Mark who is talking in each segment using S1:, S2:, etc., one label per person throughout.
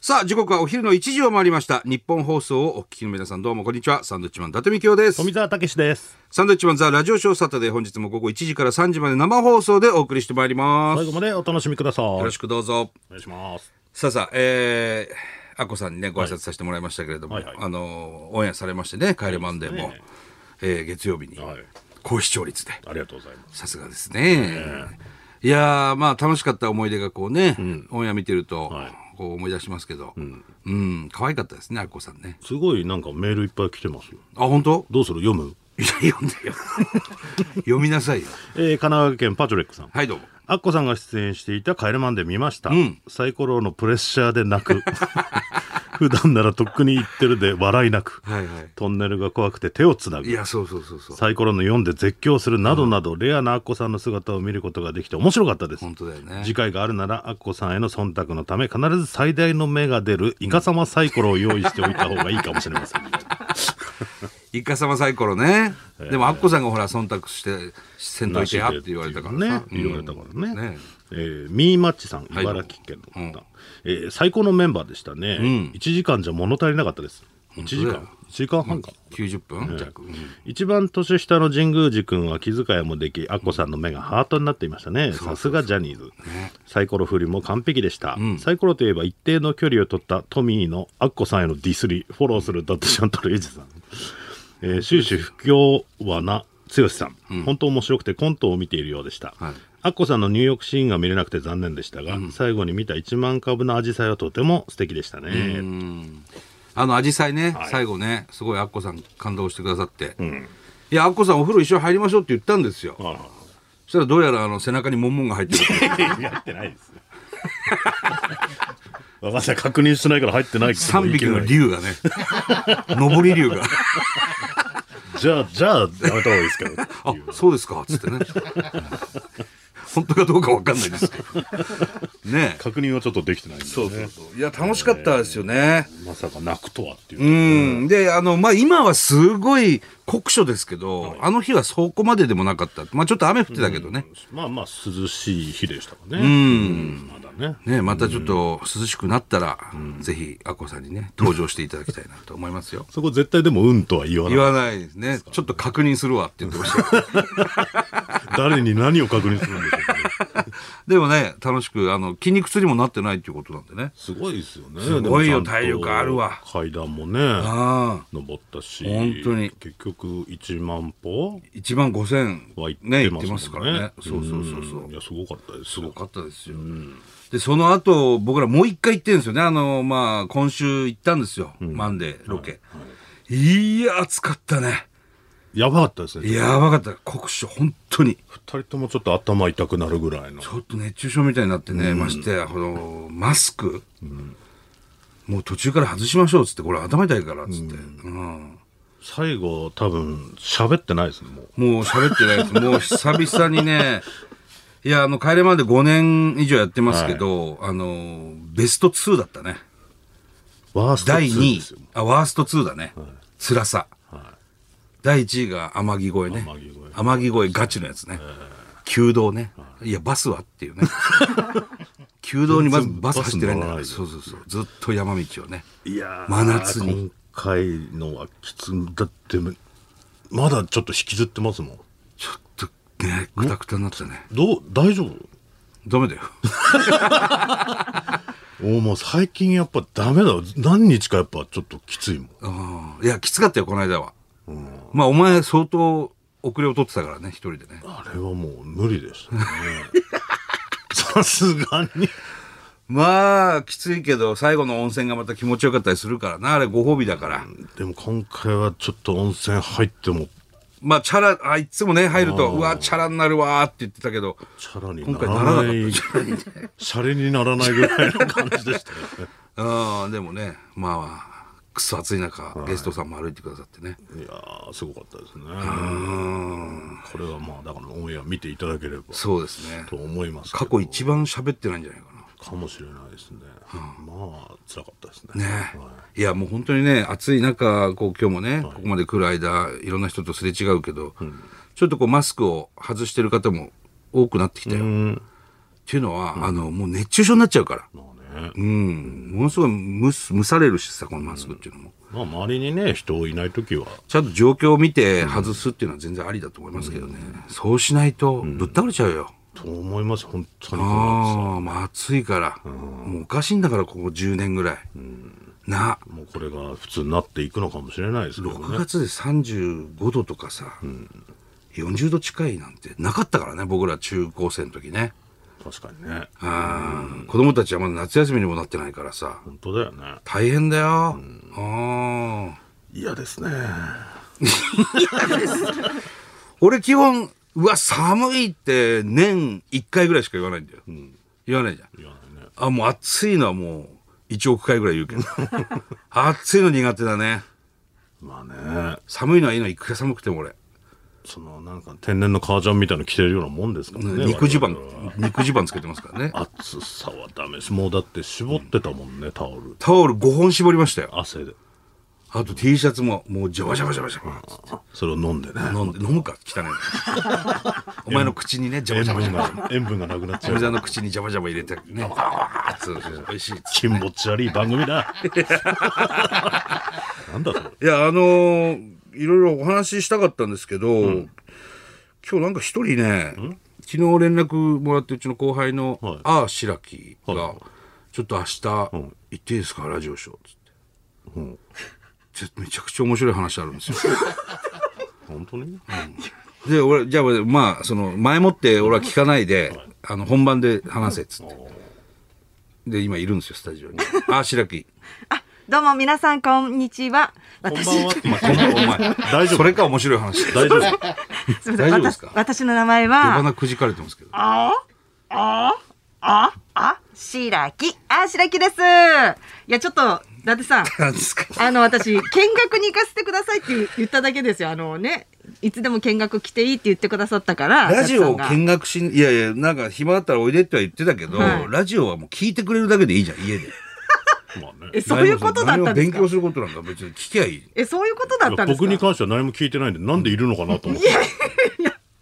S1: さあ、時刻はお昼の1時を回りました。日本放送をお聞きの皆さんどうもこんにちは。サンドウィッチマン、伊達美京です。
S2: 富澤たけしです
S1: サンドウィッチマンザラジオショーサタデー、本日も午後1時から3時まで生放送でお送りしてまいります。
S2: 最
S1: よ
S2: 後までお楽しみくださいよ
S1: ろしくどうぞ。
S2: お願いします
S1: さあさあ、えー、アッコさんにね、ご挨拶させてもらいましたけれども、
S2: はいはいはい
S1: あのー、オンエアされましてね、帰れマンデーも、
S2: そうですね
S1: えー月曜日に、
S2: はい
S1: 高視聴率で。
S2: ありがとうございます
S1: さすがですね。いやー、まあ楽しかった思い出がこうね、オンエア見てると、
S2: はい
S1: こう思い出しますけど、うん、うん、可愛かったですね、アッコさんね。
S2: すごいなんかメールいっぱい来てますよ
S1: あ、本当
S2: どうする読む、
S1: いや、読んでよ。 読みなさいよ。
S2: えー、神奈川県パチョレックさん
S1: はい、どうも。
S2: アッコさんが出演していた「帰れマンデー」見ました、
S1: ん
S2: サイコロのプレッシャーで泣く 普段ならとっくに言ってるで笑い泣く
S1: はいはい。
S2: トンネルが怖くて手をつないぐ
S1: や、そうそうそうそう。
S2: サイコロの4で絶叫するなどなど、レアなアッコさんの姿を見ることができて面白かったです
S1: 本当だよね
S2: 次。回があるならアッコさんへの忖度のため必ず最大の目が出るイカ様サイコロを用意しておいた方がいいかもしれません、
S1: 一家様サイコロね。でも、アッコさんがほら、忖度して、せんといてやって言われたから
S2: ね
S1: さ。
S2: 言われたからね,、
S1: ね
S2: えーミーマッチさん
S1: い
S2: 茨城県の方、
S1: うん
S2: えー最高のメンバーでしたね、
S1: ん
S2: 1時間じゃ物足りなかったです1時
S1: 当だよ
S2: 間1時間半か、
S1: 90分弱。うん
S2: 一番年下の神宮寺君は気遣いもできアッコさんの目がハートになっていましたねさすがジャニーズ、サイコロ振りも完璧でした、サイコロといえば一定の距離を取ったトミーのアッコさんへのディスリフォローするダッドシャントルエイジさん、えー終始不協和な剛さん、本当面白くてコントを見ているようでした、
S1: はい
S2: アッコさんの入浴シーンが見れなくて残念でしたが、最後に見た1万株のアジサイはとても素敵でしたね、
S1: あの、アジサイね、最後ね、すごいアッコさん感動してくださって。いや、アッコさんお風呂一緒に入りましょうって言ったんですよ。
S2: あ
S1: そしたらどうやらあの背中にモンモンが入ってる。
S2: あやってない です。若さ確認してないから入ってないけど
S1: 3匹の竜 がね、上り竜が。
S2: じゃあ、じゃあ、やめた方がいいですけど。
S1: あそうですかっつってね 本当かどうかわかんないですけどね
S2: 確認はちょっとできてないんで、ね。
S1: そうそうそういや楽しかったですよね
S2: まさか泣くとはっていう。
S1: うんであのまあ今はすごい酷暑ですけど、あの日はそこまででもなかったまあちょっと雨降ってたけどね、
S2: まあまあ、涼しい日でしたからね。うんまだね。
S1: ねまたちょっと涼しくなったら、ぜひアッコさんにね登場していただきたいなと思います よ
S2: そこ絶対でも、うんとは言わ
S1: 言
S2: ない。
S1: わないですねちょっと確認するわって言ってました
S2: 誰に何を確認するんでしょうね。
S1: でもね楽しくあの筋肉痛にもなってないっていうことなんでね
S2: すごいですよね。
S1: すごいよ
S2: でもちゃんと
S1: 体力あるわ
S2: 階段も ね、
S1: ああ
S2: 登ったし。
S1: 本当に
S2: 結局、1万歩
S1: 1万5000
S2: は行
S1: ね
S2: っ
S1: 行
S2: てま
S1: って
S2: す,、
S1: ますからねそうそうそうそ
S2: ん
S1: う
S2: いや、すごかったです。
S1: すごかったですよ、でその後僕らもう一回行ってるんですよねあのまあ今週行ったんですよ、マンデーロケ、いや暑かったね
S2: やばかったですね。
S1: やばかった酷暑本当に
S2: 二人ともちょっと頭痛くなるぐらいの。
S1: ちょっと熱中症みたいになってね、ましてやこのマスク、もう途中から外しましょうっつってこれ頭痛いからっつって、うん
S2: 最後、多分、喋ってないですね、もう。
S1: もう喋ってないです。もう久々にね、いや、あの、帰れまで5年以上やってますけど、あの、ベスト2だったね。
S2: ワースト
S1: 第
S2: 2
S1: 2
S2: で
S1: 位
S2: すよ。。
S1: あ、ワースト2だね。辛さ。
S2: は
S1: 第1位が天城越えね。
S2: 天城越え
S1: 天城越えガチのやつね。旧道ね。いや、バスはっていうね。 旧道にまずバス走ってないんだか
S2: バ
S1: ら。
S2: ス
S1: そうそうそう。ずっと山道をね。
S2: いやー
S1: 真夏に
S2: 今回のはきついだって、まだちょっと引きずってますもん。
S1: ちょっとね、くたくたになってたね。
S2: どう、大丈夫
S1: ダ メだよ。
S2: おもう最近やっぱダメだよ。何日かやっぱちょっときついもん。
S1: ああいや、きつかったよ、この間は。まあ、お前相当遅れを取ってたからね、一人でね。
S2: あれはもう無理 でしたね。さすがに。
S1: まあ、きついけど、最後の温泉がまた気持ちよかったりするからな、あれご褒美だから。
S2: でも今回はちょっと温泉入っても、
S1: まあ、チャラ、あ、いつもね、入ると、うわ、チャラになるわーって言ってたけど、
S2: チャラに
S1: 今
S2: な
S1: 回ならな
S2: ら
S1: か
S2: な
S1: っ
S2: い、
S1: た
S2: シャレにならないぐらいの感じでしたよね。
S1: ああでもね、まあ、くそ暑い中、ゲストさんも歩いてくださってね。
S2: いやーすごかったですね。これはまあだからオンエア見ていただければ
S1: そうですね
S2: と。思いますけ
S1: 過
S2: ど
S1: 去一番喋ってないんじゃないかな。
S2: かもしれないですね。まあ辛かったですね。
S1: ね
S2: はい
S1: やもう本当にね暑い中こう今日もね、ここまで来る間いろんな人とすれ違うけど、ちょっとこうマスクを外してる方も多くなってきたよ。
S2: い、う
S1: っ
S2: ん
S1: ていうのは、あのもう熱中症になっちゃうから
S2: まあねね。
S1: うん。ものすごい蒸す蒸されるしさ、このマスクっていうのも。
S2: まあ、周りにね、人いないときは、
S1: ちゃんと状況を見て外すっていうのは全然ありだと思いますけどね。そうしないとぶっ倒れちゃうよ。
S2: と思います、本当に。
S1: ああ、まあ暑いから。もうおかしいんだから、ここ10年ぐらい。な、
S2: もうこれが普通になっていくのかもしれないですけど
S1: 6
S2: ね。
S1: 月で35度とかさ、40度近いなんてなかったからね、僕ら中高生の時ね。
S2: 確かにね。
S1: あー子供たちはまだ夏休みにもなってないからさ、
S2: 本当だよね。
S1: 大変だよ。ああ。
S2: 嫌ですね。
S1: 俺基本、うわ、寒いって年1回ぐらいしか言わないんだよ。言わないじゃん。
S2: 嫌だね。
S1: あ、もう暑いのはもう1億回ぐらい言う けど。暑いの苦手だね。
S2: まあね、
S1: 寒いのはいいの、いくら寒くても俺。
S2: そのなんか天然の革ジャンみたいなの着てるようなもんですからね。
S1: 肉襦
S2: 我々は
S1: 袢、肉襦袢つけてますからね。
S2: 暑さはダメです。もうだって絞ってたもんね、タオル。
S1: タオル5本絞りましたよ。
S2: 汗で。
S1: あと T シャツも、もうジャバジャバジャバジャバ。
S2: それを飲んでね。
S1: 飲んで、飲むか 汚い。お前の口にね、ジャバ
S2: 塩
S1: ジャバジャ
S2: 分
S1: バ。
S2: が、塩分がなくなっちゃ
S1: 富
S2: う。
S1: 澤の口にジャバジャバ入れて、ね。そうそうそう美味しいっつ
S2: 気持ち悪い番 組だ。なんだそれ。
S1: いや、あのーいろいろお話ししたかったんですけど、今日なんか一人ね、昨日連絡もらって、うちの後輩の、
S2: はい
S1: ああ、白木が、
S2: はい
S1: ちょっと明日、行っていいですか、ラジオショー、つって。ちょっとめちゃくちゃ面白い話あるんですよ。
S2: 本当に
S1: で、俺、じゃあ、まあ、その、前もって俺は聞かないで、あの、本番で話せ、っつって。で、今いるんですよ、スタジオに。ああ、白木。
S3: どうも皆さんこんにちは。
S2: こん
S3: 私
S2: ばんはって、まあこ
S1: お
S2: んばん
S1: 前
S2: は、 大丈夫
S1: それか面白い話。
S2: 大丈夫。
S3: すみま
S1: 大
S3: せ
S1: 丈
S3: ん。
S1: 夫ですか
S3: 私私の名前
S1: 手
S3: は
S1: 鼻くじかれてますけど。
S3: あ白木あ白木です。いやちょっと伊 達さん、
S1: なんですか
S3: あの私見学に行かせてくださいって言言っただけですよ。あのね、いつでも見学来ていいって言ってくださったから。
S1: ラジオを
S3: 伊達さ
S1: 見
S3: んが
S1: 学しに、いやいや、なんか暇だったらおいでっては言ってたけど、
S3: はい
S1: ラジオはもう聞いてくれるだけでいいじゃん、家で。
S2: まあね。
S3: え そういうことだったんで
S1: 何
S3: す
S1: を勉強
S3: か。
S1: することなんか別に聞きゃいい。
S3: えそういうことだったんです
S2: 僕に
S3: か。
S2: 関しては何も聞いてないんで、なんでいるのかなと思って。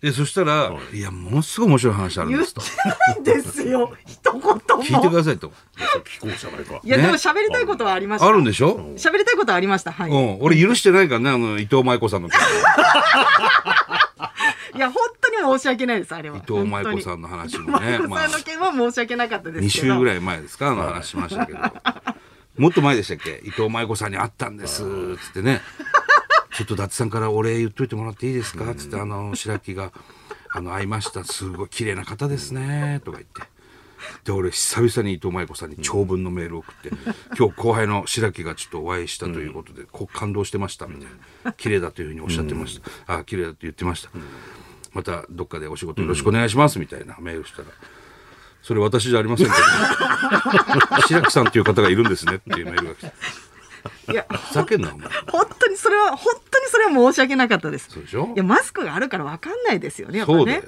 S1: で、そしたら、い、や、ものすごい面白い話あるん
S3: 言
S1: で
S3: っ
S1: す
S3: て
S1: と。
S3: ないですよ。一言も。
S1: 聞いてくださいと。
S2: 聞こうじゃないか。
S3: いやでも
S1: ね
S3: 喋りたいことはありました
S1: あ。るんでしょ
S3: 喋りたいことはありました。はい。
S1: うん。俺許してないからね、あの、伊藤舞子さんの。 伊
S3: いや、本当に申し訳ないです、あれは。
S1: 藤舞子さんの話 も
S3: 本当に。
S1: ね。
S3: 舞子さんの件は申し訳なかったで
S1: 2
S3: すけど。
S1: 週ぐらい前ですかあの話しましたけど、もっと前でしたっけ伊藤舞子さんに会ったんですつってねちょっと伊達さんからお礼言っといてもらっていいですかつってあの白木が「あの会いましたすごい綺麗な方ですね」とか言って。で俺久々に伊藤舞子さんに長文のメールを送って、今日後輩の白木がちょっとお会いしたということで、こう感動してましたみたいな綺麗だというふうにおっしゃってました、ああ綺麗だと言ってました、またどっかでお仕事よろしくお願いしますみたいなメールしたら、それ私じゃありませんけど、 白木さんという方がいるんですねっていうメールが来て、
S3: いや、
S1: ふざけんな、お前。
S3: 本当にそれは、本当にそれは申し訳なかったです。
S1: そうでしょ
S3: いや、マスクがあるからわかんないですよね、やっぱ
S1: そうだよ
S3: ね。。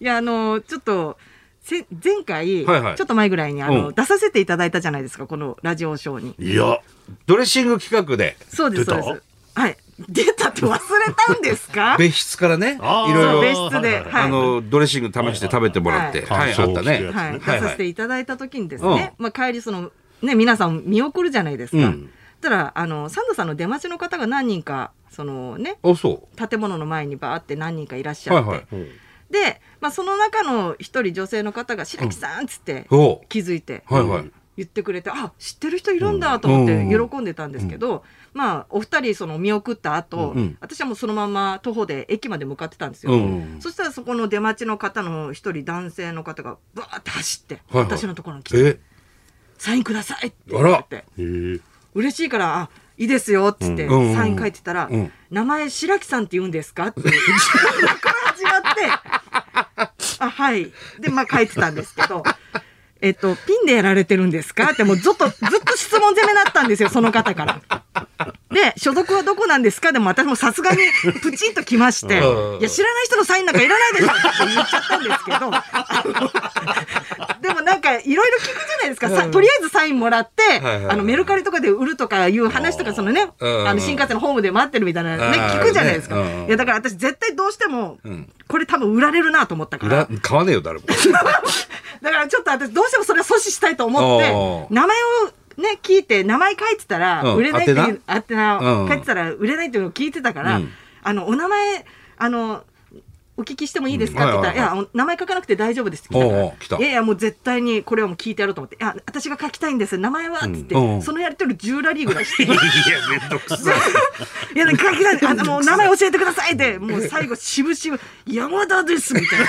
S3: いや、あの、ちょっと、せ前回、
S1: はいはい
S3: ちょっと前ぐらいにあの、
S1: うん
S3: 出させていただいたじゃないですか、このラジオショーに。
S2: いや、
S1: ドレッシング企画で、
S3: そうです、
S2: 出
S3: そう
S2: た
S3: です。はい。出たって忘れたんですか
S1: 別室からね、い
S2: あー
S1: ろい
S3: 別
S1: ろ、
S3: 室で
S2: はいはい
S3: はい
S1: あの、ドレッシング試して食べてもらって、は、
S2: はい
S1: あ
S2: い
S1: ったね。
S3: は
S1: は
S3: い、
S1: い
S3: 出させていただいた時にですね、
S1: う
S3: まあ、帰りその、ね、皆さん見送るじゃないですか。
S1: う
S3: うんたらあのサンドさんの出待ちの方が何人かその、ね、
S1: あ、そ
S3: 建物の前にバーって何人かいらっし
S1: う。
S3: ゃ
S1: は
S3: っ
S1: い
S3: て、
S1: はい。
S3: で、まあ、その中の一人女性の方が「白木さん」っつって
S1: お
S3: 気づいて
S1: はいはい。
S3: 言ってくれて、あ知ってる人いるんだと思って
S1: うん
S3: 喜んでたんですけど、まあお二人その見送った後、
S1: うん
S3: 私はもうそのまま徒歩で駅まで向かってたんですよ、
S1: うん。
S3: そしたらそこの出待ちの方の一人男性の方がバーって走って、
S1: はいはい
S3: 私のところに来て
S1: え、
S3: 「サインください」って言われて
S2: へえ。
S3: 嬉しいから「あいいですよ」っつって
S1: うんうんうん
S3: サイン書いてたら「
S1: うん
S3: 名前白木さんって言うんですか?」ってこれ始まって「あはい」でまあ書いてたんですけど。えっと、ピンでやられてるんですかってもうずっと、ずっと質問攻めだったんですよ、その方から。で、所属はどこなんですかでも私もさすがにプチンときまして、
S1: うん
S3: い や、知らない人のサインなんかいらないでしょって言っちゃったんですけど、あのでもなんかかいろいろ聞くじゃないですか、さとりあえずサインもらって、
S1: はいはい
S3: あのメルカリとかで売るとかいう話とかそのね、
S1: うん
S3: あの新幹線のホームで待ってるみたいなのね、
S1: あー
S3: 聞くじゃないですか、
S1: ねうん
S3: いやだから私絶対どうしても、
S1: うん
S3: これ多分売られるなと思ったから
S1: 裏買わねえよ誰も
S3: だからちょっと私どうしてもそれは阻止したいと思っ
S1: お
S3: て名前をね聞いて名前書いてたら
S1: うん
S3: 売れないっていうあって
S1: うんう
S3: なん書いてたら売れないっていうのを聞いてたから、
S1: うん
S3: あのお名前あのお聞きしてもいいですかって言ったら「
S1: うんはい
S3: いやお名前書かなくて大丈夫です」って来たから
S1: おうおう来た
S3: いやいやもう絶対にこれはもう聞いてやろうと思って「いや私が書きたいんです名前は」っつって、
S1: うんおう
S3: そのやり取り10ラリーぐらいして
S1: いやめんどくさい
S3: いや、なんか書きたい、あの、もう名前教えてくださいって、もう最後、しぶしぶ、山田ですみたい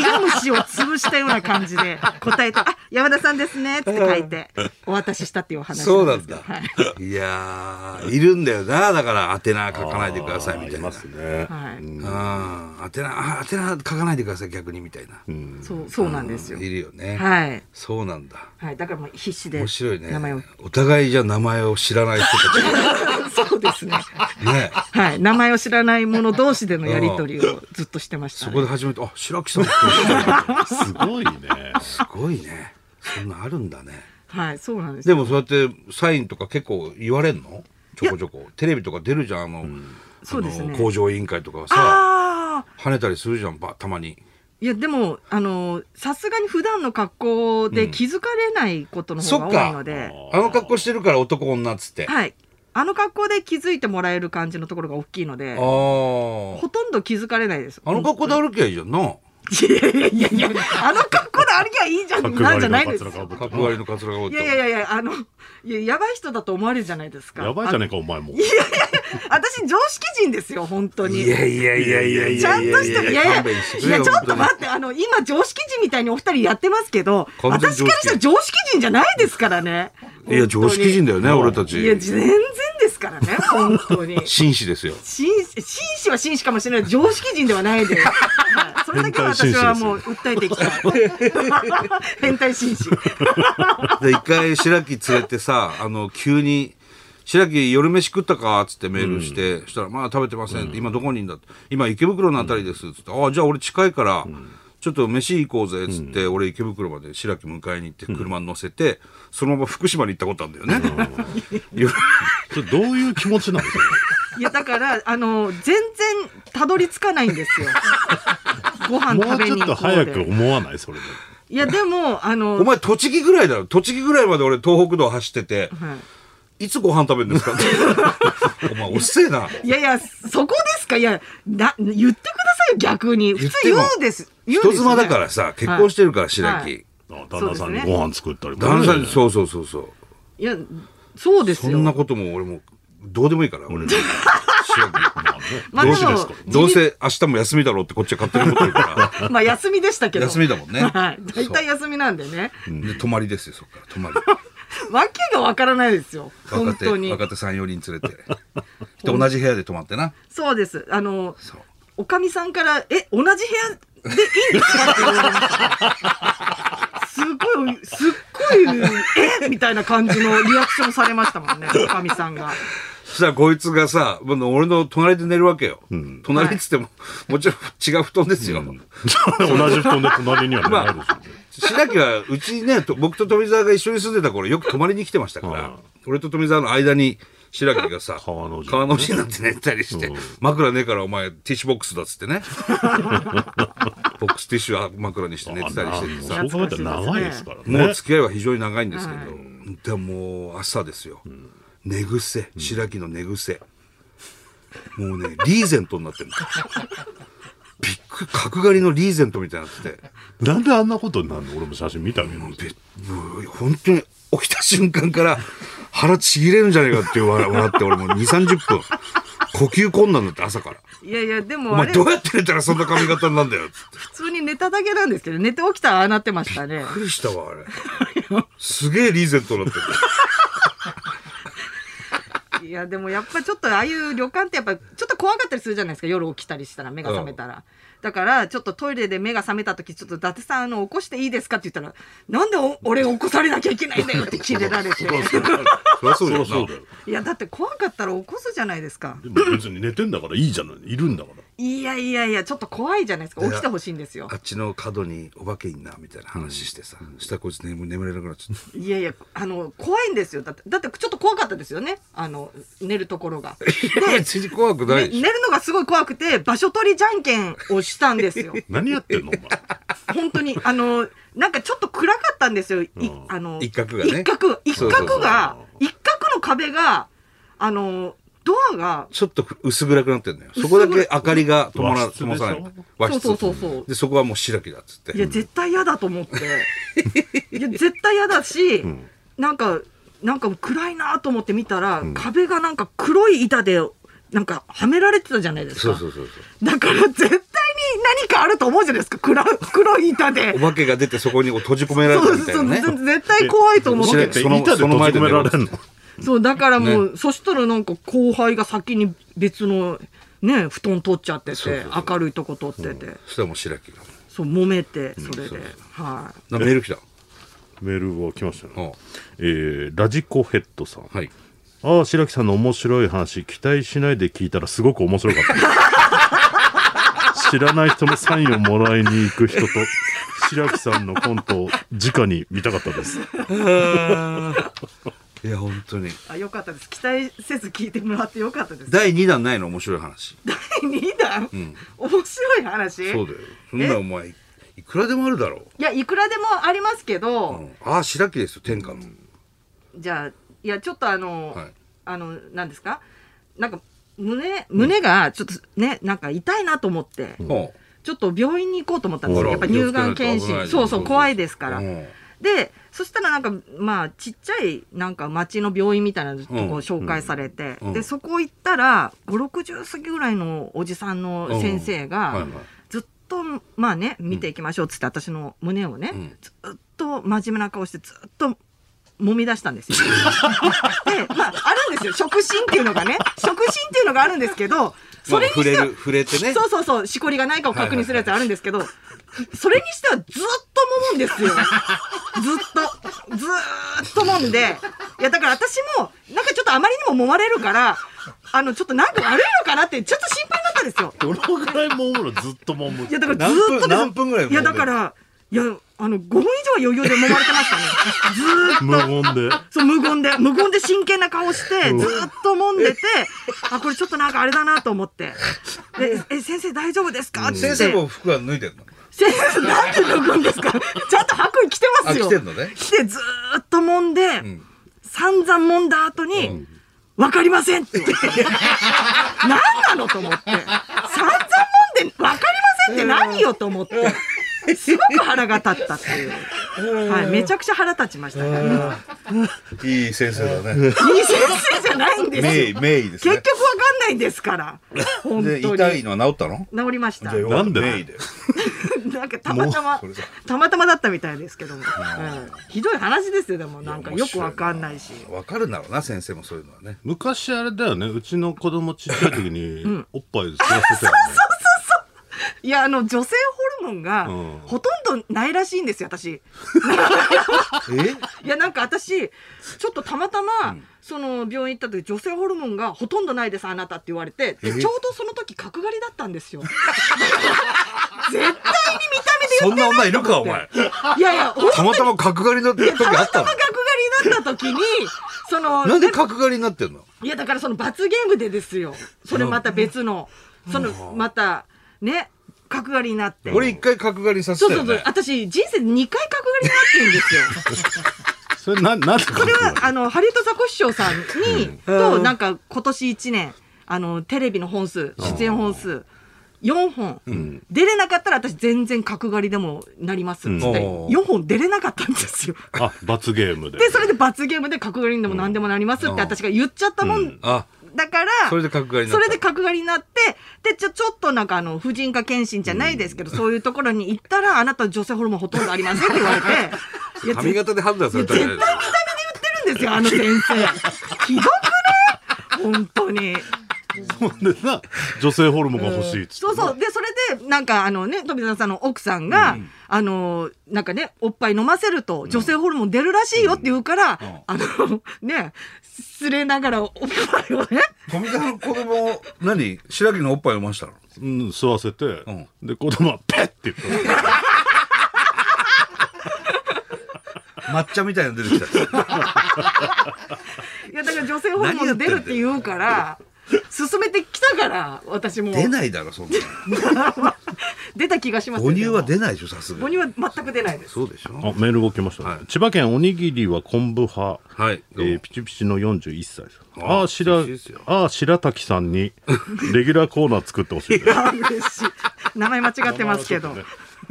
S3: な。苦虫を潰したような感じで、答えて、あ、山田さんですねって書いて、お渡ししたっていうお話
S1: そうな
S3: です
S1: ん
S3: けど
S1: だ
S3: はい。
S1: いやーいるんだよなだから宛名書かないでくださいみたい
S2: あり
S1: な
S2: ますね。
S3: はい
S2: うん
S1: ああ、宛名、あ宛名書かないでください、逆にみたいな。
S2: うん
S3: そう、そうなんですよ
S1: い。るよね。
S3: はい。
S1: そうなんだ。
S3: はい、だからもう必死で。
S1: 面白いね。
S3: 名前を。
S1: お互いじゃ名前を知らない人たち
S3: そうですね。
S1: がね。
S3: はい、名前を知らない者同士でのやりとりをずっとしてました
S1: そ
S3: ね。
S1: こで初めて、あ、白木さんっておっしゃる。
S2: すごいね。
S1: すごいね。そんなあるんだね。
S3: はい、そうなんです
S1: で
S3: よ。
S1: もそうやってサインとか結構言われんのちょこちょこ。テレビとか出るじゃん、あの、
S3: そうですね
S1: あの工場委員会とかはさ、
S3: ああ。
S1: 跳ねたりするじゃん、ばたまに。
S3: いやでもあのさすがに普段の格好で気づかれないことの方
S1: そ
S3: が
S1: っ
S3: 多い
S1: か。
S3: ので、
S1: あの格好してるから男女っつって。
S3: はいあの格好で気づいてもらえる感じのところが大きいので
S1: ああ。
S3: ほとんど気づかれないです
S1: あの格好で歩きゃいいじゃんな。
S3: いやいやいやいやあの格好で歩きゃいいじゃんなんじゃないんですよ
S2: 角刈
S1: 角
S2: りの
S1: 刈
S2: カツラかぶ
S1: りのカツラが多
S2: って
S1: いと。
S3: いやいやいやいやあのいややばい人だと思われるじゃないですか
S2: やばいじゃね
S3: ね
S2: えか、お前も。
S3: 私常識人ですよ本当に
S1: いやいやいやいやいやいや
S3: ちゃんとしたいやいや
S1: 勘弁してく
S3: い
S1: れよ
S3: やちょっと
S1: 本
S3: 待ってあの今常識人みたいにお二人やってますけど
S1: 完全常
S3: 私
S1: 識
S3: からしたら常識人じゃないですからね
S1: 当にいや常識人だよね
S2: うん
S1: 俺た
S3: いや、
S1: ち
S3: 全然ですからね、本 当に。
S1: 紳士ですよ
S3: 紳士紳士は紳士かもしれない。常識人ではない です。はいそれだけは私はもう訴えていきたい。 変態紳士。
S1: で一回白木連れてさあの急に「白木夜飯食ったか?」っつってメールして、そしたら「まあ食べてません」って今どこにいんだ?」って「今池袋のあたりです」っつって「ああじゃあ俺近いから、ちょっと飯行こうぜ」っつって、俺池袋まで白木迎えに行って車に乗せて、そのまま福島に行ったことあるんだよね、夜
S2: それどういう気持ちなのそれ
S3: いや、だから、あの、全然たどり着かないんですよ。ご 飯
S2: も
S3: 食
S2: う
S3: べ
S2: ち
S3: に
S2: ょっと
S3: 行こう
S2: 早く
S3: で。
S2: 思わないそれで。
S3: いや、でも、あ の、
S1: お前栃木ぐらいだろ栃木ぐらいまで俺東北道走ってて、いつご飯食べるんですか お前、おっせえな。
S3: いやいや、そこですかいや、な、言ってくださいよ、逆に。普通言うです。言うん
S1: 人
S3: ですよ
S1: 妻
S3: ね
S1: だからさ、結婚してるから、白
S3: はい
S1: 木。
S2: あ旦那さんに
S3: そうですね
S2: ご飯作ったりもね
S1: 旦那さんに、そうそうそうそう。
S3: いや、そうです
S1: そ
S3: よ。
S1: んなことも俺も、どうでもいいから、俺。 白
S2: まあね
S3: まあ
S2: どう
S3: でも
S2: しですか
S1: 木どうせ明日も休みだろうってこっちは勝手に思ってる か
S3: まあ休みでしたけど。
S1: 休みだもんね
S3: はい。大体休みなんでね。
S1: ら。で、泊まりですよ、そっから。 泊まり。
S3: わけがわからないですよ。本
S1: 若手、
S3: 当に。
S1: 若手3、4人 連れて。で、同じ部屋で泊まってな。
S3: そうです。あの、
S1: そう。
S3: おかみさんから、え、同じ部屋でいいんですかって言われました。すごい、すっごい、えみたいな感じのリアクションされましたもんね、おかみさんが。
S1: そしたらこいつがさ、もう俺の隣で寝るわけよ。隣っつっても、もちろん違う布団ですよ。
S2: 同じ布団で隣には寝ないでしょ。
S1: 白木はうちねと僕と富澤が一緒に住んでた頃よく泊まりに来てましたから、
S2: はい
S1: 俺と富澤の間に白木がさ
S2: 川の字
S1: 川の字になって寝たりして、
S2: うん
S1: 枕ねえからお前ティッシュボックスだっつってね ボックスティッシュは枕にして寝てたりしてて
S2: そ
S1: さ
S2: う考えたら長いですからね。
S1: もう付き合いは非常に長いんですけど、でももう朝ですよ、寝癖白木の寝癖、もうねリーゼントになってるのびっくり角刈りのリーゼントみたいになってて。
S2: なんであんなことになるの俺も写真見たけど。
S1: でもう本当に起きた瞬間から腹ちぎれるんじゃねえかって笑笑って俺もう2、30分。呼吸困難だって朝から。
S3: いやいや、で
S1: お
S3: もあ
S1: 前
S3: れ、
S1: どう
S3: 普
S1: やって寝たらそんな髪型になんだよ。つって
S3: 通に寝ただけなんですけど、寝て起きたらああなってましたね
S1: びっ。くりしたわ、あれ。すげえリーゼントになってる。
S3: いやでもやっぱちょっとああいう旅館ってやっぱちょっと怖かったりするじゃないですか夜起きたりしたら目が覚めたら、だからちょっとトイレで目が覚めた時ちょっと伊達さんあの起こしていいですかって言ったらなんでお俺起こされなきゃいけないんだよってキレ られて
S1: そりゃそうだよ
S2: そうだよ
S1: な。
S3: いやだって怖かったら起こすじゃないですか
S2: でも別に寝てんだからいいじゃない。いるんだから。
S3: いやいやいや、ちょっと怖いじゃないですか。
S1: で
S3: 起きてほしいんですよ
S1: あ。っちの角にお化けいんなみたいな話してさ、したらこいつ眠眠れなくなっちゃった
S3: いやいや、あの、怖いんですよ。だって、だってちょっと怖かったですよね。あの、寝るとこ ろが。
S1: いや別に怖くないで
S3: ね
S1: し
S3: 寝
S1: ょ、
S3: るのがすごい怖くて、場所取りじゃんけんをした んですよ。
S2: 何やってんのお前
S3: 本当に、あの、なんかちょっと暗かったんですよ。いあの、
S1: 一角がね
S3: 一角、一
S1: そうそうそう
S3: 角が、一角の壁が、あの、ドアが、
S1: ちょっと薄暗くなってんだよそこだけ明かりが灯ら
S2: 和室でしょ
S1: 灯さない和室
S3: そうそうそうそう
S1: でそこはもう白木だっつって
S3: いや、絶対嫌だと思って。 いや、絶対嫌だし、
S2: ん
S3: なんか、なんか暗いなと思って見たら、壁がなんか黒い板で、なんかはめられてたじゃないですか。
S1: そうそうそうそう
S3: だから絶対に何かあると思うじゃないですか。黒、 黒い板で
S1: お。化けが出てそこに閉じ込められ
S3: そ
S1: た
S3: う
S1: みたい
S3: そ
S1: な
S3: う
S1: ね
S3: そう、絶対怖いと思っ
S1: 知ら
S3: て
S1: ん。
S2: その板で閉じ込められんの
S3: そう、だからもう、そしたらなんか後輩が先に別の、ね、布団取っちゃって
S1: そう
S3: て
S1: そうそ、う
S3: 明るいとこ取ってて、
S1: そしたらもう白木が
S3: そう、揉めて、それ
S1: そうそう、
S3: では
S1: なんかメール来た
S2: メールは来ましたね、
S1: おう
S2: えーラジコヘッドさん
S1: はい
S2: ああ白木さんの面白い話期待しないで聞いたらすごく面白か った知らない人のサインをもらいに行く人と白木さんのコントを直に見たかったです
S1: いや本当に
S3: い。あ、よかったです。期待せず聞いてもらってよかった です。第
S1: 第2弾ないの面白い話
S3: 2弾、面白い話
S1: そうだよそんなお前いくらでもあるだろ
S3: いや、いくらでもありますけ
S1: う、う
S3: ど、
S1: ん、ああ白木ですよ天下の、
S3: じゃあ、いや、ちょっとあの、
S1: はい
S3: あの、なんですかなんか、胸、胸がちょっとね、なんか痛いなと思って、
S1: おう
S3: ちょっと病院に行こうと思ったんです
S1: あ
S3: よ。
S1: ら
S3: やっぱ乳がん検
S1: 気をつけないと危ない
S3: 診。
S1: ぞ
S3: そうそう、怖いですから。
S1: うん
S3: で、そしたらなんか、まあ、ちっちゃい、なんか町の病院みたいなとこ紹介されて、
S1: うんうん
S3: で、そこ行ったら、5、60過ぎぐらいのおじさんの先生が、
S1: うんはいはい
S3: ずっと、まあね、見ていきましょうっつって、私の胸をね、
S1: ん
S3: ずっと真面目な顔して、ずっと、揉み出したんですよ。 で、まあ、あるんですよ。触診っていうのがね。触診っていうのがあるんですけど、それにして
S1: まあ
S3: は、
S1: 触れる触れてね
S3: そうそうそう、しこりがないかを確認するやつあるんですけど、それにしてはずっと揉むんですよ。ずっと、ずーっと揉んで。いや、だから私も、なんかちょっとあまりにも揉まれるから、あの、ちょっとなんか悪いのかなって、ちょっと心配になったんですよ。
S2: どのぐらいもむのずっともむ
S3: いや、だからずーっとで
S1: 何分
S3: す
S1: 何分ぐらい揉ん
S3: い
S1: でる
S3: や、だから、いや、あの、5分以上は余裕で揉まれてましたね。ずーっと
S2: 無言で
S3: そう、無言で、無言で真剣な顔して、ずーっと揉んでて、あ、これちょっとなんかあれだなと思って。で、え、先生大丈夫ですかって言
S1: 先
S3: って
S1: 生も服は脱いでんの
S3: 先生、なんで脱ぐんですかちゃんと白衣着てま
S1: あ
S3: すよ。
S1: 着てんのね
S3: 着てずーっと揉んで、散々揉んだ後に、わかりませんって言って。何なのと思って。散々揉んで、わかりませんって何よと思って。すごく腹が立ったっていう。はい、めちゃくちゃ腹立ちましたね。
S1: いい先生だね
S3: いい先生じゃないんです
S1: 名
S3: よ
S1: 医。名医です
S3: 結
S1: ね
S3: 局わかんないんですから。本当
S1: で
S3: に。
S1: 痛いのは治ったの
S3: 治りました。
S1: よかった
S2: なんで
S1: 名医だよ
S3: なんかたまたま
S1: もうそれだ、
S3: たまたまだったみたいですけども。うんひどい話ですよ、でも。なんかよくわかんないし。
S1: わかるんだろうな先生もそういうのはね
S2: 昔あれだよねうちの子供ちっちゃい時におっぱい吸わせてたよね
S3: いや、あの、女性ホルモンが
S2: うん、
S3: ほとんどないらしいんですよ、私。いや、なんか私、ちょっとたまたま、その、病院行った時、女性ホルモンがほとんどないです、あなたって言われて、でちょうどその時、角刈りだったん ですよ。絶対に見た目で言って
S1: そんな女いるかお
S3: 思っ
S1: 前
S3: ていやいや、
S1: たまたま角刈りの時
S3: たま
S1: あったた
S3: ま
S1: の
S3: 角刈りになった時に、その、
S1: なんで角刈りになってんの
S3: いや、だからその罰ゲームでですよ。それまた別の、その、また、ね、角刈りになって。
S1: 俺一回角刈りさせ
S3: そう
S1: た
S3: そ
S1: よ
S3: うそう
S1: ね。
S3: 私、人生で2回角刈りになってるん ですよ。
S2: それななんで
S3: それは、あの、ハリウッドザコシショウさんに、と、なんか今年1年、あの、テレビの本数、出演本数、4本、出れなかったら私全然角刈りでもなりますっつって、
S1: うん
S3: 4本出れなかったんですよ。
S2: あ罰ゲームで
S3: で、それで罰ゲームで角刈りにでも何でもなりますって私が言っちゃったもん
S1: あ
S3: だから、
S1: それで角刈りにな
S3: そ
S1: った
S3: れで角刈りになって、で、ちょ、ちょっとなんかあの、婦人科検診じゃないですけど、そういうところに行ったら、あなた女性ホルモンほとんどありませんって言われて、 いや、
S1: 髪
S3: 絶
S1: 型で判断された
S3: 絶
S1: じゃ
S3: 対
S1: な
S3: 見
S1: い
S3: た目で言ってるんですよ、あの先生。ひどくない本当に。
S2: ほんでな女性ホルモンが欲しいっつって
S3: そうそう。で、それで、なんかあのね、富澤さんの奥さんが、あの、なんかね、おっぱい飲ませると女性ホルモン出るらしいよって言うから、あの、ね、失礼ながらおっぱいをね、
S1: 富田の子供何白木のおっぱい飲ましたの
S2: うん、吸わせて、
S1: ん
S2: で子供はペッっ て言った
S1: 抹茶みたいなの出てきた
S3: いや、だから女性ホルモンが出るって言うから、進めてきたから、私も。
S1: 出ないだろそんな
S3: 出た気がします
S1: 母
S3: けど
S1: 乳は出ないでしょさす
S3: 母
S1: がに
S3: 乳は全く出ないです。
S1: そうでしょ
S2: あメールが来ました、ね
S1: はい
S2: 千葉県おにぎりは昆布派、
S1: はい
S2: えーピチピチの41歳です
S1: あ
S2: ああ白
S1: 美味しいですよ
S2: ああ白滝さ んにレギュラーコーナー作ってほしいです
S3: あ嬉しい。名前間違ってますけど。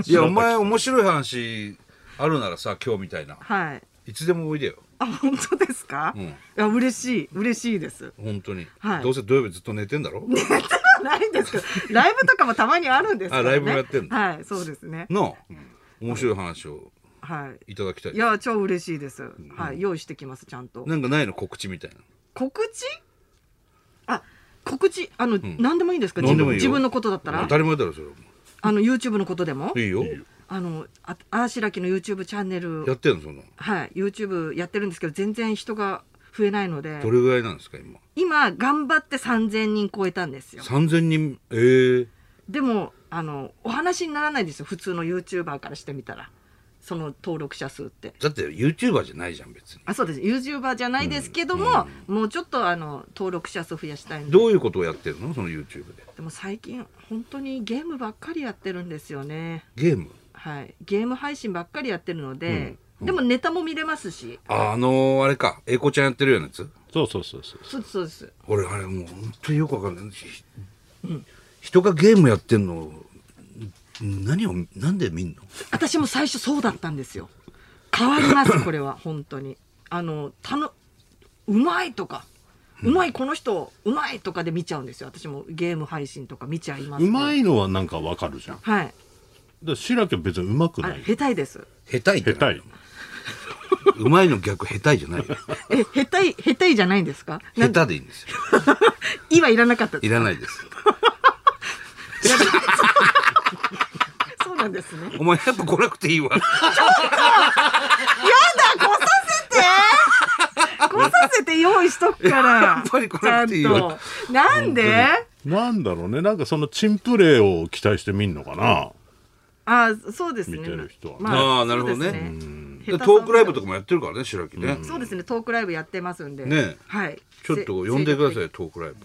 S1: いやお前面白い話あるならさ今日みたいな
S3: はい。
S1: いつでもおいでよ
S3: あ、本当ですか。
S1: うん
S3: いや、嬉しい、嬉しいです。
S1: 本当に、
S3: はい
S1: どうせ土曜日ずっと寝てんだろ
S3: ないんですけど、ライブとかもたまにあるんですから、ね。
S1: あライブもやってんの
S3: はい、そうですね。
S1: なあ面白い話を
S3: はい。
S1: いただきたい
S3: いや、超嬉しいです。はい、用意してきます、ちゃんと。
S1: なんかないの告知みたいな
S3: 告知。あ、告知、あの、何でもいいんですか。
S1: 何
S3: 自
S1: でもいいよ
S3: 分自分のことだったら
S1: 当、たり前だろそれはも
S3: あの YouTube のことでも
S1: う、いいよ
S3: あの、あ、あーしらきの YouTube チャンネ
S1: やっ
S3: ル。
S1: てんのそんなの
S3: はい、YouTube やってるんですけど、全然人が増えないので。
S1: どれぐらいなんですか今
S3: 今頑張って3000人超えたんですよ
S1: 3000人ええ
S3: でもあのお話にならないですよ普通の YouTuber からしてみたらその登録者数って
S1: だって YouTuber じゃないじゃん別に
S3: あそうです YouTuber じゃないですけども、もうちょっとあの登録者数増やしたいんで
S1: どういうことをやってるのその YouTube で
S3: でも最近本当にゲームばっかりやってるんですよね
S1: ゲーム
S3: はいゲーム配信ばっかりやってるので、でもネタも見れますし
S1: ああのー、あれか英子ちゃんやってるようなやつ
S2: そうそうそうそう
S3: そうですそうです
S1: 俺あれもう本当によくわかんない、ひ人がゲームやってんのを何をなんで見んの
S3: 私も最初そうだったんですよ変わりますこ れは本当にあのたのうまいとかうまいこの人うまいとかで見ちゃうんですよ私もゲーム配信とか見ちゃいます
S2: うま
S3: い
S2: いのはなんかわかるじゃんだか
S3: はい
S2: ら白木は別にうまく
S3: あ
S2: ない
S3: れ下手いです
S1: 下手いって
S2: 下手
S1: ないいうまいの逆下手いじゃ ないよ
S3: え下手い下手いじゃないんですかな
S1: 下
S3: んか
S1: 手でいいんですよ
S3: いはいらなかった
S1: いらない です
S3: そうなんですねや
S1: お前やっぱ来なくていいわ
S3: だ来 させて来させて用意しとくから
S1: やっぱり来なくていい
S3: ちゃん
S1: わ
S3: となんで
S2: なんだろうねなんかそのチンプレーを期待してみんのかな
S3: あそうですね
S2: 見てる人はね
S1: あーなるほどね
S3: そうです
S1: でト
S3: 下手さを
S1: ークライブとかもやってるからね白木ね、
S3: そうですね、トークライブやってますんで。
S1: ねえ
S3: はい。
S1: ちょっと呼んでくださ
S3: い。
S1: いトークライブ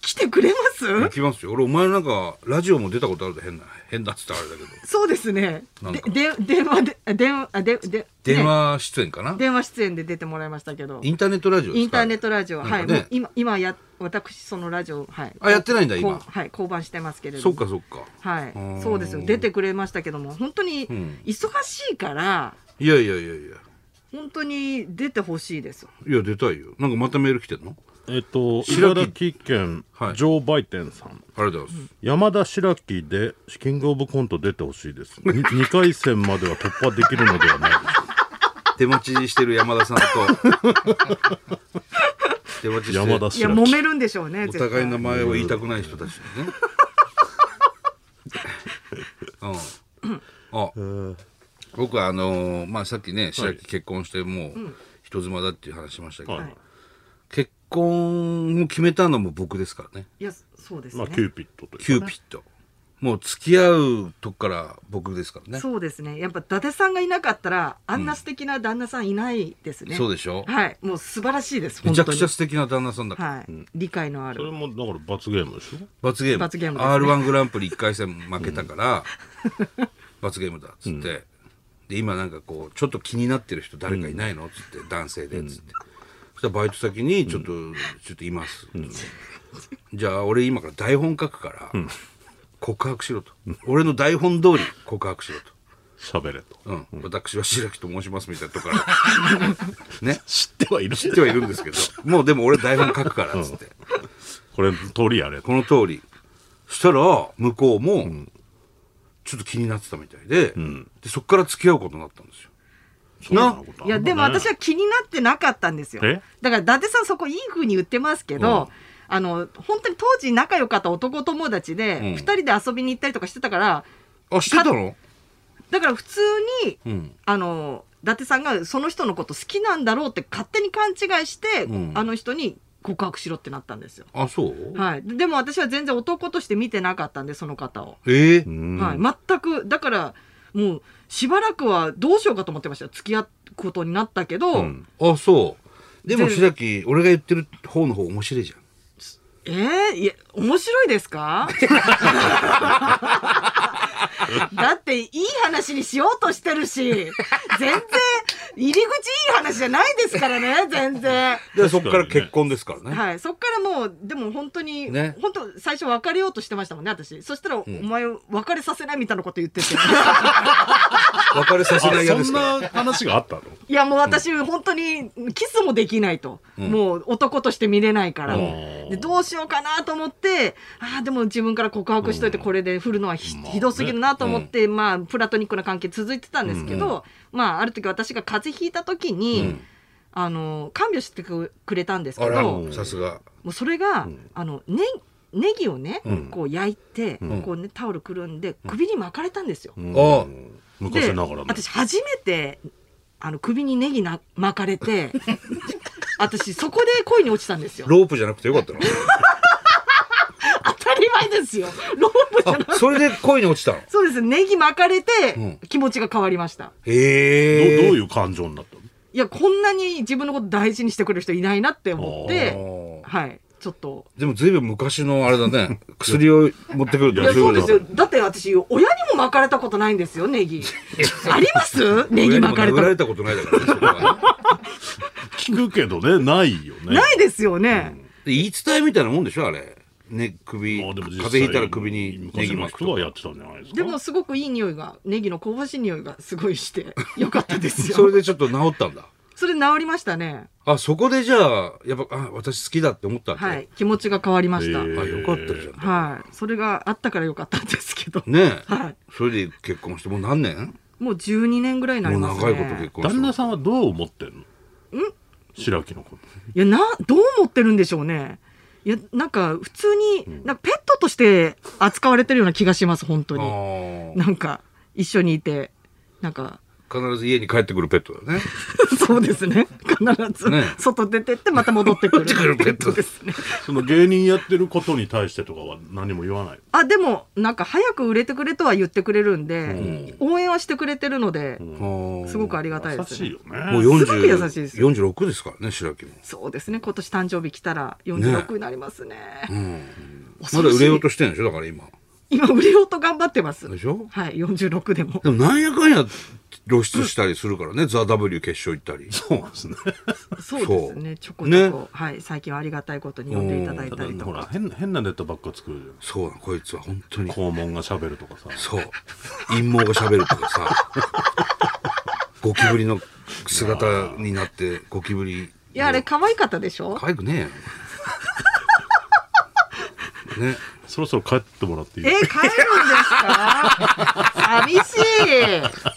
S3: 来てくれ
S1: 行
S3: ま
S1: きますよ俺お前なんかラジオも出たことあるで変な変だっつったらあれだけど
S3: すそうですね。
S1: なんか
S3: で、で、電話で、あ電話、で、で、
S1: 電
S3: ね
S1: 話出演かな、
S3: 電話出演で出てもらいましたけど。
S1: インターネットラジオですか
S3: インターネットラジオ、
S1: なんかね
S3: はい、もう今、今や、私、そのラジオ、はい。
S1: あやってないんだ今
S3: こうはい、降板してますけれど
S1: そ
S3: も。
S1: っかそっか
S3: は
S1: ー
S3: い、そうですよ、出てくれましたけども、本当に
S1: ん
S3: 忙しいから、
S1: いやいやいやいや
S3: 本当に出てほしいです。
S1: いや出たいよなんかまたメール来てんの
S2: えっと
S1: 白木
S2: 茨城県
S1: はい
S2: 上売店さん、
S1: ありがとうございます、
S2: 山田白木でキングオブコント出てほしいですに二回戦までは突破できるのではないでしょ
S1: 手待ちしてる山田 さんと手待ち し
S2: う
S1: て
S2: か山田
S3: いや、
S2: 白
S3: 揉
S2: 木
S3: めるんでしょうね、
S1: お
S3: 絶対
S1: 互い名前を言いたくない人たち だよねうんあ僕はあのーまあさっきね白木結婚してもう人妻だっていう話しましたけど、
S2: はい
S1: 結婚を決めたのも僕ですからね
S3: いや、そうです
S2: ま
S3: ね。
S2: あキューピッドという
S1: キューピッドもう付き合うとこから僕ですからね
S3: そうですね。やっぱ伊達さんがいなかったら、あんな素敵な旦那さんいないですね。
S1: そうでしょ
S3: はい、もう素晴らしいです。
S1: めちゃくちゃ
S3: 本
S1: 素敵な旦那さんだ
S3: 当
S1: か
S3: に
S1: ら、
S3: はい、理解のあ
S2: それ
S3: る。
S2: もだから罰ゲームでしょ
S1: 罰ゲーム
S3: 罰ゲームですね
S1: r 1グランプリ1回戦負けたから、罰ゲームだっつって、で今なんかこうちょっと気になってる人誰かいないのっつって男性でっつって、そしたらバイト先にちょっと、ちょっといます、じゃあ俺今から台本書くから、告白しろと、俺の台本通り告白しろと。
S2: 喋れと
S1: うん、私は白木と申しますみたいなとこから ね
S2: 知ってはいる
S1: 知ってはいるんですけどもうでも俺台本書くからっつって、
S2: これ通りやれと
S1: この通りそしたら向こうもちょっと気になってたみたいで,、でそっから付き合うことになったんですよな
S3: はいや、でも私
S2: は
S3: は気になってなかったんですよ。
S2: え
S3: だから伊達さんそこいい風に言ってますけど、あの本当に当時仲良かった男友達で
S1: うん
S3: 2人で遊びに行ったりとかしてたから
S1: あしてたの
S3: だから普通に
S1: うん
S3: あの伊達さんがその人のこと好きなんだろうって勝手に勘違いして、
S1: うん
S3: あの人に告白しろってなったんですよ。
S1: あそう、
S3: はい、ででも私は全然男として見てなかったんでその方を、
S1: ええ
S2: うん
S3: はい、全くだからもうしばらくはどうしようかと思ってました付き合うことになったけ
S1: う
S3: ど、
S1: ん、あそうでも
S3: で
S1: 白木俺が言ってる方の方面白いじゃん
S3: えー、いや面白いです かだっていい話にしようとしてるし全然入り口いい話じゃないですからね全然。
S1: でそこから
S2: 確かにね
S1: 結婚ですからね
S3: はい、そっからもうでも本当に、
S1: ね
S3: 本当最初別れようとしてましたもんね私そしたら、お前を別れさせないみたいなこと言ってて
S1: 別れさせ
S2: あ
S1: ないやです
S2: そ
S1: から
S2: んな話があったの
S3: いやもう私、本当にキスもできないと、もう男として見れないから、
S1: うん
S3: でどうしようかなと思ってあーでも自分から告白しといてこれで振るのはひ,、ひどすぎるなと思って、まあプラトニックな関係続いてたんですけど、まあある時私が風邪ひいた時に、
S1: うん
S3: あの看病してくれたんですけ
S1: あら
S3: ど。
S1: さすが
S3: もうそれが、あのねネギをね、
S1: ん
S3: こう焼いて、
S1: ん
S3: こうねタオルくるんで首に巻かれたんですよ。
S1: あ
S2: 昔
S3: で
S2: ながらの
S3: 私初めてあの首にネギな巻かれて私そこで恋に落ちたんですよ。
S1: ロープじゃなくてよかった の
S3: 当たり前ですよ。ロープじゃない。
S1: あそれで恋に落ちたの
S3: そうですネギ巻かれて、
S1: うん
S3: 気持ちが変わりました。
S2: どどう
S1: ええう
S2: いう感情になったの
S3: いやこんなに自分のこと大事にしてくれる人いないなって思ってはいちょっと
S1: でもずいぶん昔のあれだ ね薬を持ってくる
S3: い
S1: って
S3: や、そうです
S1: だ
S3: よ。だって私、親にも巻かれたことないんですよ、ネギ。ありますネギ巻かれ
S1: 殴
S3: た
S1: ら
S3: こ
S1: れたことないだからねそこはね
S2: 聞くけどねないよ
S3: と。
S2: ね
S3: ないですよね。
S1: で言い伝えみたいなもんでしょあれね首
S2: まあでも実際
S1: 風邪ひいたら首にネ
S2: 昔
S1: ギ
S2: の
S1: 巻く
S2: 人はや
S1: と
S2: ってたんじゃないですか
S3: でも、すごくいい匂いが、ネギの香ばしい匂いがすごいして、よかったですよ。
S1: それでちょっと治ったんだ
S3: それ治りましたね。
S1: あそこでじゃあやっぱあ私好きだって思ったわけ
S3: はい。気持ちが変わりました。
S2: へ
S1: あよかったじゃん
S3: はい。それがあったからよかったんです けど。
S1: ねえ、
S3: はい。
S1: それで結婚してもう何年
S3: もう12年ぐらいになり
S1: もう
S3: ますね。
S1: 長いこと結婚して
S2: 旦那さんはどう思ってんの白木のこ
S3: いやなどう思ってるんでしょうねいやなんか普通になんかペットとして扱われてるような気がします本当
S1: あ
S3: に
S1: ー
S3: なんか一緒にいてなんか
S1: 必ず家に帰ってくるペットだね
S3: そうですね必ず
S1: ね
S3: 外出てってまた戻ってくる
S1: 戻ってくるペ ット
S3: ですね
S2: とその芸人やってることに対してとかは何も言わない
S3: あでもなんか早く売れてくれとは言ってくれるんで応援はしてくれてるのですごくありがたい
S2: 優
S3: です
S2: しい
S3: ね
S2: よ
S1: もう
S2: ね
S1: 40
S3: すごく優しいですよ
S1: 46ですからね白木も、
S3: そうですね今年誕生日来たら46になりますね
S1: うん、ま
S3: 恐
S1: だ
S3: ろしい
S1: 売れようとしてるんでしょだから今
S3: 今売れようと頑張ってます
S1: でしょ
S3: はい46でも
S1: でもなんやかんや露出したりするからね「ザ・ w 決勝行ったり
S2: そうなんですね
S3: そうですね、ちょこちょこ、はい、最近はありがたいことに呼んでいただい
S2: た
S3: たり
S2: だ
S3: と
S2: ほ
S3: か。
S2: ら変変なネタばっか作る
S1: そうなのこいつは本当
S2: じゃ
S1: に
S2: ん肛門が喋るとかさ
S1: そう陰謀が喋るとかさゴキブリの姿になってゴキブリ
S3: いや、あれ可愛かったでしょ
S1: 可愛くねえよね
S2: そろそろ帰ってもらっていい
S3: え、帰るんですか寂し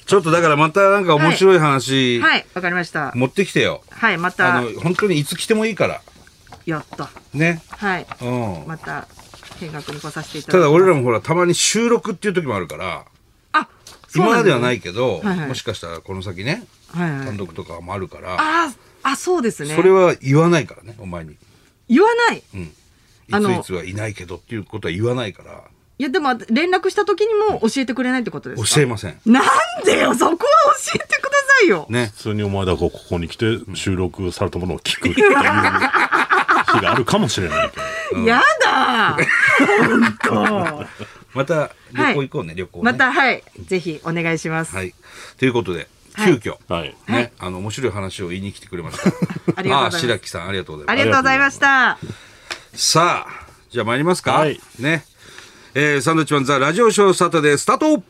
S1: ちょっとだからまたなんか面白い話、
S3: い。はい、わかりました。
S1: 持ってきてよ。
S3: はい、ま
S1: あ
S3: た、
S1: の、本当にいつ来てもいいから。
S3: やった。
S1: ね。
S3: はい、
S1: うん。
S3: また、見学に来させていただきます。
S1: ただ俺らもほら、たまに収録っていう時もあるから、
S3: あ、そう
S1: 今
S3: な
S1: ま
S3: んで
S1: ですは
S3: ね
S1: ない。けど、
S3: はいはい
S1: もしかしたらこの先ね、
S3: はいはい
S1: 単独とかもあるから、
S3: ああ、そうですね。
S1: それは言わないからね、お前に。
S3: 言わない。
S1: うん。い
S3: あの
S1: ついつはいないけどっていうことは言わないから、
S3: いや、でも、連絡した時にも教えてくれないってことですか
S1: 教えません。
S3: なんでよ、そこは教えてくださいよ。
S1: ね。
S2: 普通にお前だこここに来て収録されたものを聞くっていう日があるかもしれないけど
S3: やだ本
S1: また
S3: は
S1: 旅
S3: い
S1: 行行こうね、旅行
S3: 当。
S1: ね。
S3: また、はい、ぜひお願いします。
S1: はい。ということで、
S3: は
S1: 急
S3: い
S1: 遽、
S2: はい
S1: ね、あの、面白い話を言いに来てくれました。
S3: ありがとうございます
S1: あ白木さん、ありがとうございます
S3: あ。りがとうございました。
S1: さあ、じゃあ参りますか。
S2: はい
S1: ね。えーサンドウィッチマンザラジオショーサタデースタート